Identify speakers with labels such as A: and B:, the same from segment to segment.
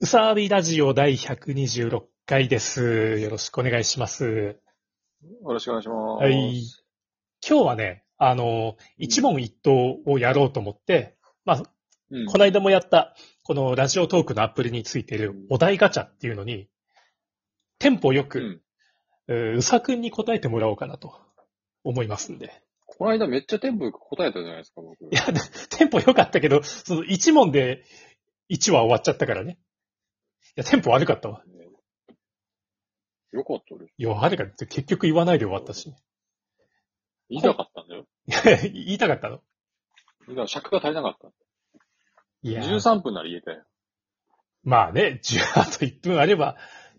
A: うさびラジオ第126回です。よろしくお願いします。
B: よろしくお願いします。
A: はい。今日はね、あの、一問一答をやろうと思って、
B: うん。
A: この間もやった、このラジオトークのアプリについているお題ガチャっていうのに、テンポよ
B: う
A: く、
B: ん。
A: うーうさくんに答えてもらおうかなと思いますんで。
B: この間めっちゃテンポよく答えたじゃないですか、僕。
A: いや、テンポ良かったけど、その一問で1話終わっちゃったからね。いや、テンポ悪かったわ。
B: ね よかったです。
A: いや、悪かった。結局言わないで終わったし。
B: 言いたかったんだよ。
A: 言いたかったの
B: だから尺が足りなかった。
A: いや、
B: 13分なら言えたよ。
A: まあね、10あと1分あれば、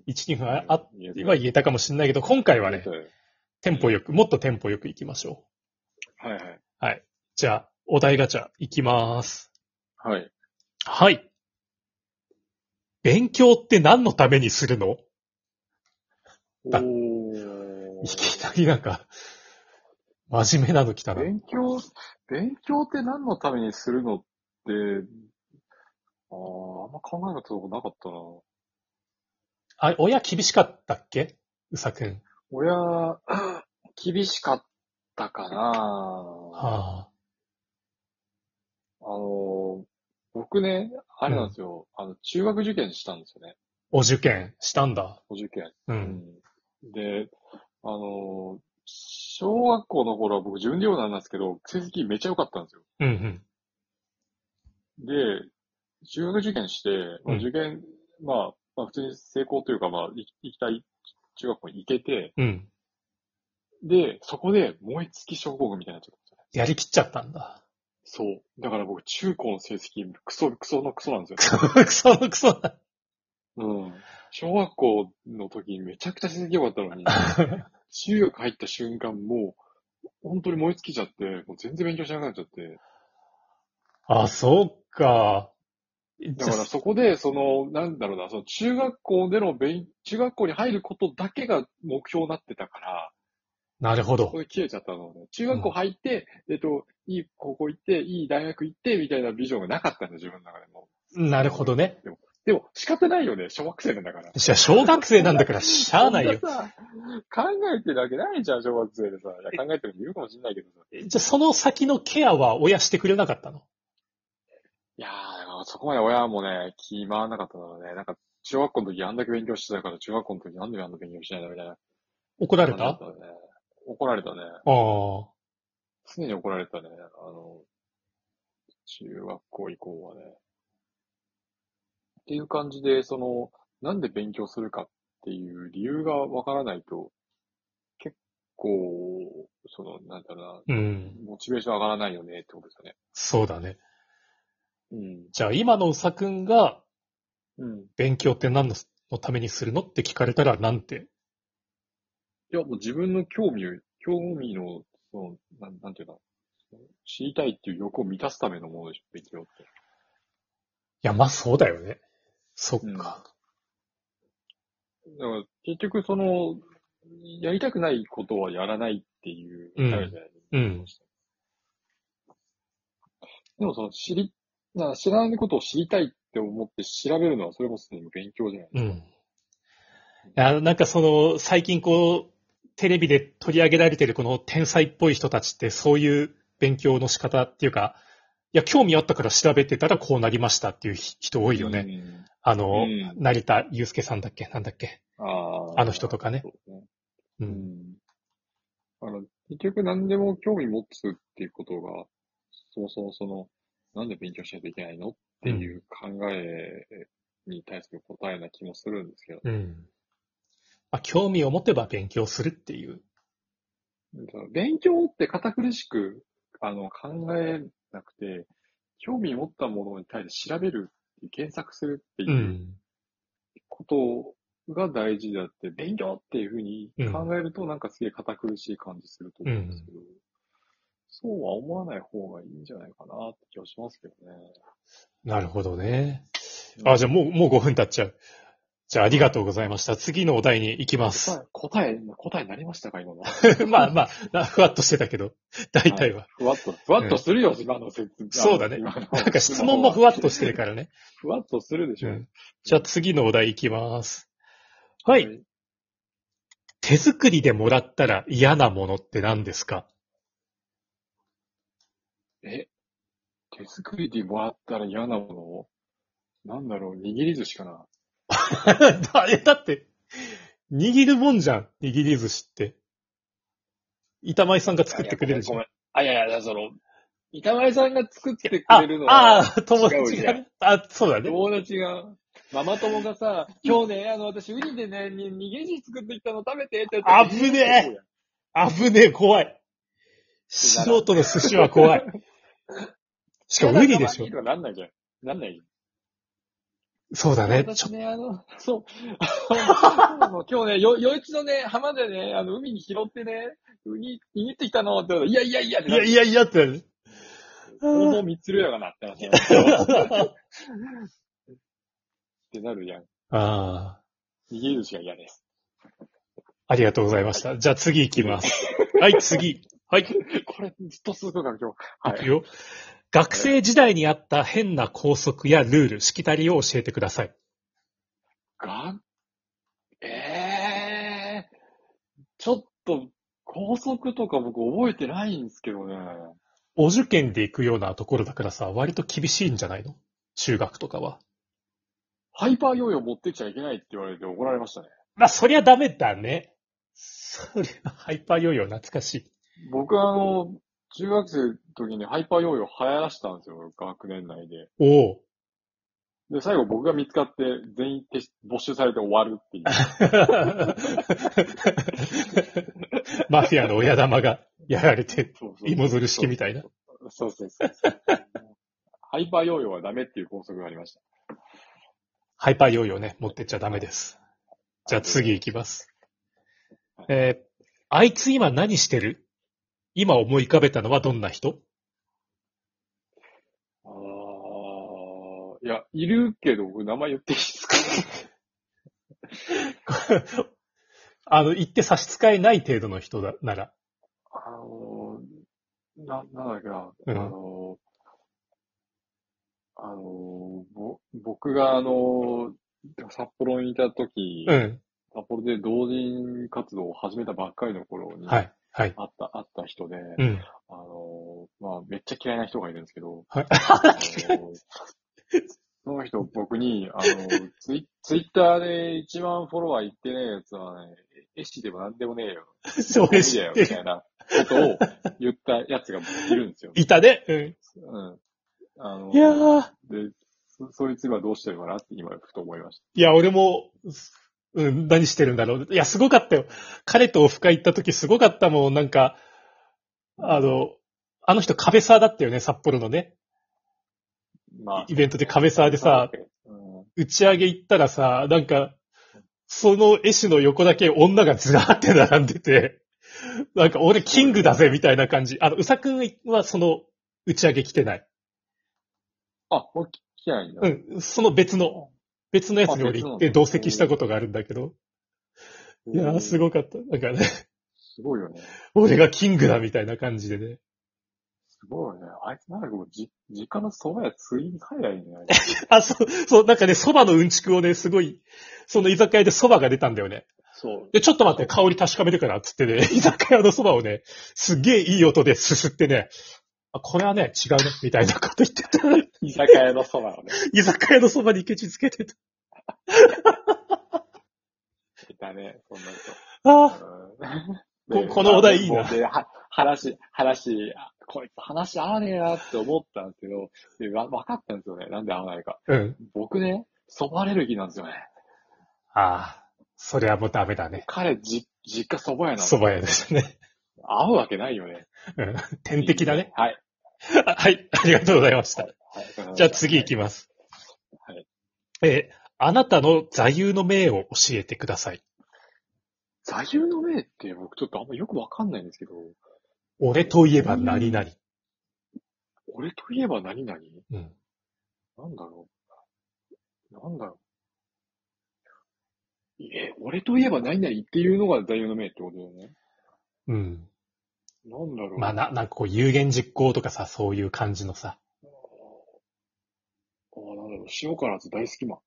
A: 1、2分ああっ
B: 言えた
A: ては言えたかもしれないけど、今回は
B: 言え
A: ね
B: た、よ
A: テンポよく、もっとテンポよく行きましょう。
B: はいはい。
A: じゃあ、お題ガチャ行きます。
B: はい。
A: はい。勉強って何のためにするのだ
B: お
A: いきなりなんか、真面目なの来たな。
B: 勉強、勉強って何のためにするのって、ああ、あんま考えたことなかったな。
A: あ、親厳しかったっけうさくん。
B: 親、 厳しかったかな。
A: は
B: あの、僕ね、あれなんですよ、あの、中学受験したんですよね、
A: お受験したんだ。
B: お受験。
A: うん。
B: で、あの、小学校の頃は僕準量なんですけど、成績めっちゃ良かったんですよ。
A: うんうん。
B: で、中学受験して、ま
A: う
B: あ
A: ん
B: 受験、まあ、まあ普通に成功というか、まあ、い行きたい中学校に行けて、
A: うん。
B: で、そこで燃え尽き症候群みたいになっちゃったんですよね。
A: やりきっちゃったんだ。
B: そう。だから僕、中高の成績、クソ、クソのクソなんですよ。
A: クソのクソだ。
B: うん。小学校の時めちゃくちゃ成績良かったの に、中学入った瞬間もう、本当に燃え尽きちゃって、もう全然勉強しなくなっちゃって。
A: あ、そうか。
B: だからそこで、その、なんだろうな、その中学校での勉、中学校に入ることだけが目標になってたから、
A: なるほ
B: そこ
A: ど。
B: で消えちゃったのね。中学校入って、えっと、いい高校行って、いい大学行って、みたいなビジョンがなかったんだ、自分の中でも。
A: なるほどね。
B: でも、仕方ないよね、小学生なんだから。
A: じゃあ小学生なんだからしゃあないよ。
B: そんなさ。考えてるわけないじゃん、小学生でさ。いや考えてる人いるかもしれないけどさ。い
A: じゃあその先のケアは親してくれなかったの
B: やー、だからそこまで親もね、気回らなかったのね。なんか、中学校の時あんだけ勉強してたから、中学校の時なんであんな勉強しないんだみたいな。
A: 怒られたあ
B: 感じだったね怒られたね。
A: あー。
B: 常に怒られたね。あの、中学校以降はね。っていう感じで、その、なんで勉強するかっていう理由がわからないと、結構、その、なんだろうな、
A: うん。
B: モチベーション上がらないよねってことですよね。
A: そうだね。じゃあ今のうさくんが
B: うん。うん。
A: 勉強って何ののためにするのって聞かれたらなんて。
B: いや、もう自分の興味を、興味の、その、なんなんていうか、知りたいっていう欲を満たすためのものでしょ、勉強って。
A: いや、まあそうだよね。そっか。
B: だから、結局その、やりたくないことはやらないっていう、
A: うん
B: あるじゃないですか
A: うん。
B: でもその、知り、な知らないことを知りたいって思って調べるのは、それこそ勉強じゃない。
A: うん。あなんかその、最近こう、テレビで取り上げられてるこの天才っぽい人たちってそういう勉強の仕方っていうか、いや、興味あったから調べてたらこうなりましたっていう人多いよね。
B: うん
A: あの、
B: うん
A: 成田祐介さんだっけなんだっけ
B: あー
A: あの人とかね
B: そうですね。
A: う。
B: うんん。あの、結局何でも興味持つっていうことが、そもそもその、なんで勉強しないといけないのっていう考えに対する答えな気もするんですけど、
A: うん。まあ、興味を持てば勉強するっていう。
B: その勉強って堅苦しく、あの、考えなくて、興味持ったものに対して調べる、検索するって
A: う。
B: いうんことが大事であって、勉強っていうふうに考えると、なんかすげえ堅苦しい感じすると思うんですけど、そうは思わない方がいいんじゃないかなって気はしますけどね。
A: なるほどね。
B: うん
A: あ、じゃあもう、もう5分経っちゃう。じゃあありがとうございました。次のお題に行きます。
B: 答え、答え、答えになりましたか今の。
A: まあまあな、ふわっとしてたけど、大体は。
B: ふわっ と、ふわっとするよ、今の説明。
A: そうだね
B: 今の
A: なんか質問もふわっとしてるからね。
B: ふわっとするでし ょ。
A: うんじゃあ次のお題行きます。はい。。手作りでもらったら嫌なものって何ですか
B: え、手作りでもらったら嫌なものなんだろう、握り寿司かな。
A: あれだって、握るもんじゃん、握り寿司って。板前さんが作ってくれるじゃん。
B: いやごめんごめんあ、いやいやだから、その、板前さんが作ってく
A: あ
B: れるの、は、
A: ああ、友達
B: 違う
A: が。あ、そうだね。
B: 友達が、ママ友が さ、今日ね、あの、私、ウニでね、に逃げ地作ってきたの食べてってや
A: あぶね危ねえ、怖い。素人の寿司は怖 い。しかもウニでしょ
B: いや。なんかまあいいとかなんないじゃん。なんない
A: そうだね。ちょ
B: 私ね、あの、そう。あのそう今日ね、よ、よいちのね、浜でね、あの、海に拾ってね、ウニ、握ってきたのって言ったらいやいやいやって
A: い
B: なっ
A: や
B: て
A: いやいやって。
B: 想像三つるやがなって 話ってなるやん。
A: ああ、
B: 逃げるしが嫌です。
A: ありがとうございました。じゃあ次行きます。はい、次。はい。
B: これ、ずっと続くから今
A: い
B: 日。は
A: く
B: い。
A: よ。学生時代にあった変な校則やルール、しきたりを教えてください。
B: が、ええー、ちょっと、高速とか僕覚えてないんですけどね。
A: お受験で行くようなところだからさ、割と厳しいんじゃないの中学とかは。
B: ハイパーヨーヨー持ってきちゃいけないって言われて怒られましたね。
A: まあ、そりゃダメだね。そりゃ、ハイパーヨーヨー懐かしい。
B: 僕はあの、中学生の時にハイパーヨーヨー流行らしたんですよ、学年内で。
A: おお。
B: で、最後僕が見つかって全員消し没収されて終わるっていう。
A: マフィアの親玉がやられて、
B: そうそう
A: 芋づる式みたいな。
B: そうそうそうそう。ハイパーヨーヨーはダメっていう法則がありました。
A: ハイパーヨーヨーね、持ってっちゃダメです。じゃあ次行きます。えーあいつ今何してる今思い浮かべたのはどんな 人
B: ああ、いや、いるけど、僕名前言っていいですか
A: あの、言って差し支えない程度の人だなら。
B: あのー、な、なんだっけな、
A: うん
B: あのー、あのー、ぼ、僕があのー、札幌にいた時、
A: うん。
B: 札幌で同人活動を始めたばっかりの頃に、
A: はい。はい。
B: あった、あった人で、
A: うん。
B: あのー、まあ、めっちゃ嫌いな人がいるんですけど、
A: はい
B: あのーその人、僕に、あのーツイ、ツイッターで一番フォロワーいってねえやつはね、エシでもなんでもねえよ。
A: そ
B: 無
A: れ
B: 理
A: 知
B: だよ
A: っ、て
B: み
A: る。
B: たいなことを言ったやつがいるんですよ。
A: いたね。う
B: うん。あの
A: ん。いやー。
B: で、そそいつ今どうしてるかなって今、ふと思いまし
A: いや、俺も、うん、何してるんだろう。いや、すごかったよ。彼とオフ会行った時すごかったもん。なんか、あの、あの人壁沢だったよね、札幌のね。
B: た。まあ、
A: イベントで壁沢でさ、
B: うん、
A: 打ち上げ行ったらさ、なんか、その絵師の横だけ女がずらーって並んでて、 なんか俺キングだぜみたいな感じ。あの、うさくんはその打ち上げ来てない。
B: あ、もう聞きないんだ。
A: うん、その別の、別のやつに俺行って
B: あ別の
A: 同席したことがあるんだけど、いやーす
B: い。
A: ごかった。なんかね、
B: すごいよね。
A: 俺がキングだみたいな感じでね。
B: すごいよね。あいつなんかもうじ、実家のそばやついに帰りゃいいんじゃない
A: あ、そう、そう、なんかね、蕎麦のうんちくをね、すごい、その居酒屋で蕎麦が出たんだよね。
B: そう。
A: で、ちょっと待って、香り確かめてから、つってね、 居酒屋のそばをね、すっげえいい音ですすってね、あ、これはね、違うね、みたいなこと言ってた。
B: 居酒屋のそばをね。
A: 居酒屋のそばにケチつけてた。
B: いたね、そんな
A: ああ、
B: 人。
A: こ このお題いいな
B: で、は話、話、あこいつ話合わねえなって思ったんですけど、でわ分かったんですよね。なんで合わないか。
A: うん。
B: 僕ね、蕎麦アレルギーなんですよね。
A: ああ、それはもうダメだね。
B: 彼、じ、実家蕎麦屋なん
A: 蕎
B: で。
A: 麦屋です ね。
B: 合うわけないよね。
A: うん。天敵だね。。
B: はい。
A: あ はい、ありがとうございました。
B: はい
A: じゃあ次行きます。
B: はい。
A: えーあなたの座右の銘を教えてください。
B: 座右の銘って僕ちょっとあんまよくわかんないんですけど、
A: 俺といえば何々。
B: 俺といえば何々
A: うん。
B: なんだろう。なんだろえ、俺といえば何々っていうのが座右の銘ってことだよね。
A: うん。
B: なんだろう。
A: まあ、な、なんかこう、有言実行とかさ、そういう感じのさ。
B: あーなんだろう。塩辛酢大好きマン。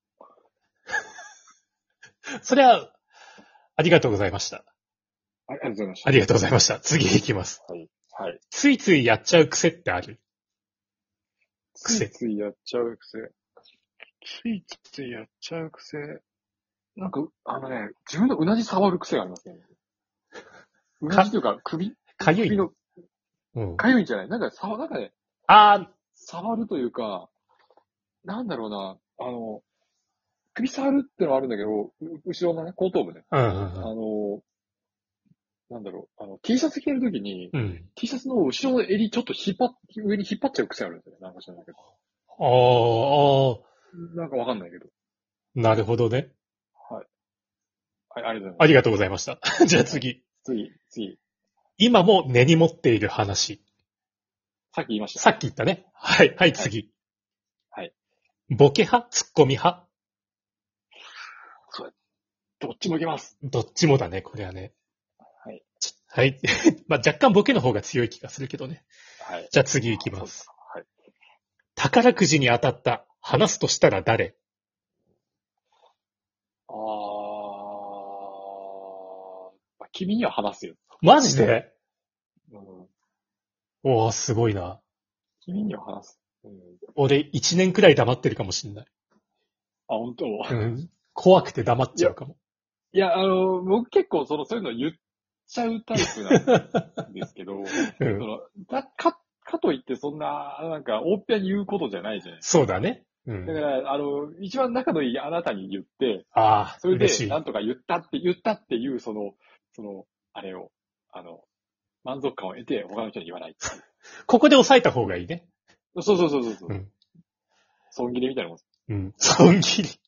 A: それは、ありがとうございました。
B: ありがとうございました。
A: ありがとうございました。次行きます。
B: はい。はい。
A: ついついやっちゃう癖ってある
B: つ
A: 癖
B: いついやっちゃう癖。ついついやっちゃう癖。なんか、あのね、自分のうなじ触る癖がありますね。うなじというか、首
A: かゆ
B: 首
A: い。
B: の、
A: うん。
B: かゆいんじゃないなんか、触、なんかね、
A: あ
B: 触るというか、なんだろうな、あの、首触るってのはあるんだけど、う後ろのね、後頭部ね。
A: ー、うん
B: あ
A: うん
B: の、なんだろう、あの、T シャツ着てるときに、
A: うん。うん。
B: T シャツの後ろの襟ちょっと引っ張っ、上に引っ張っちゃう癖あるんだよね。なんか知らないけ
A: あーあ
B: ど。なんかわかんないけど。
A: ー、なるほどね。
B: はい、ありがとうございます。
A: ありがとうございました。 じゃあ次。
B: 次、次。
A: 今も根に持っている話。
B: さっき言いました。
A: さっき言ったね。はい、はい、次。
B: はい。
A: ボケ派ツッコミ派
B: どっちもいけます。
A: どっちもだね、これはね。
B: はい。
A: はい。 まあ若干ボケの方が強い気がするけどね。
B: はい。
A: じゃあ次行きます。
B: はい。
A: 宝くじに当たった。話すとしたら誰
B: あー、まあ、君には話すよ。
A: マジで
B: うん、
A: おー、すごいな。
B: 君には話す。うん、
A: 俺、一年くらい黙ってるかもしんない。
B: あ、本当、
A: うん。怖くて黙っちゃうかも。
B: いや、あの、僕結構その、そういうの言っちゃうタイプなんですけ ど、
A: う
B: そ
A: ん。
B: のだか、かといってそんな、なんか、大っぴらに言うことじゃないじゃないです
A: そうだね。う
B: か。だか
A: ん。
B: ら、あの、一番仲のいいあなたに言って、
A: ああ、
B: それ
A: 嬉し
B: で、
A: い
B: な。んとか言ったって、言ったっていう、その、その、あれを、あの、満足感を得て、他の人に言わないってい
A: ここで抑えた方がいいね。
B: う。そうそうそうそうそう。
A: うん
B: 損切れみたいなもんです。
A: うん。損切り。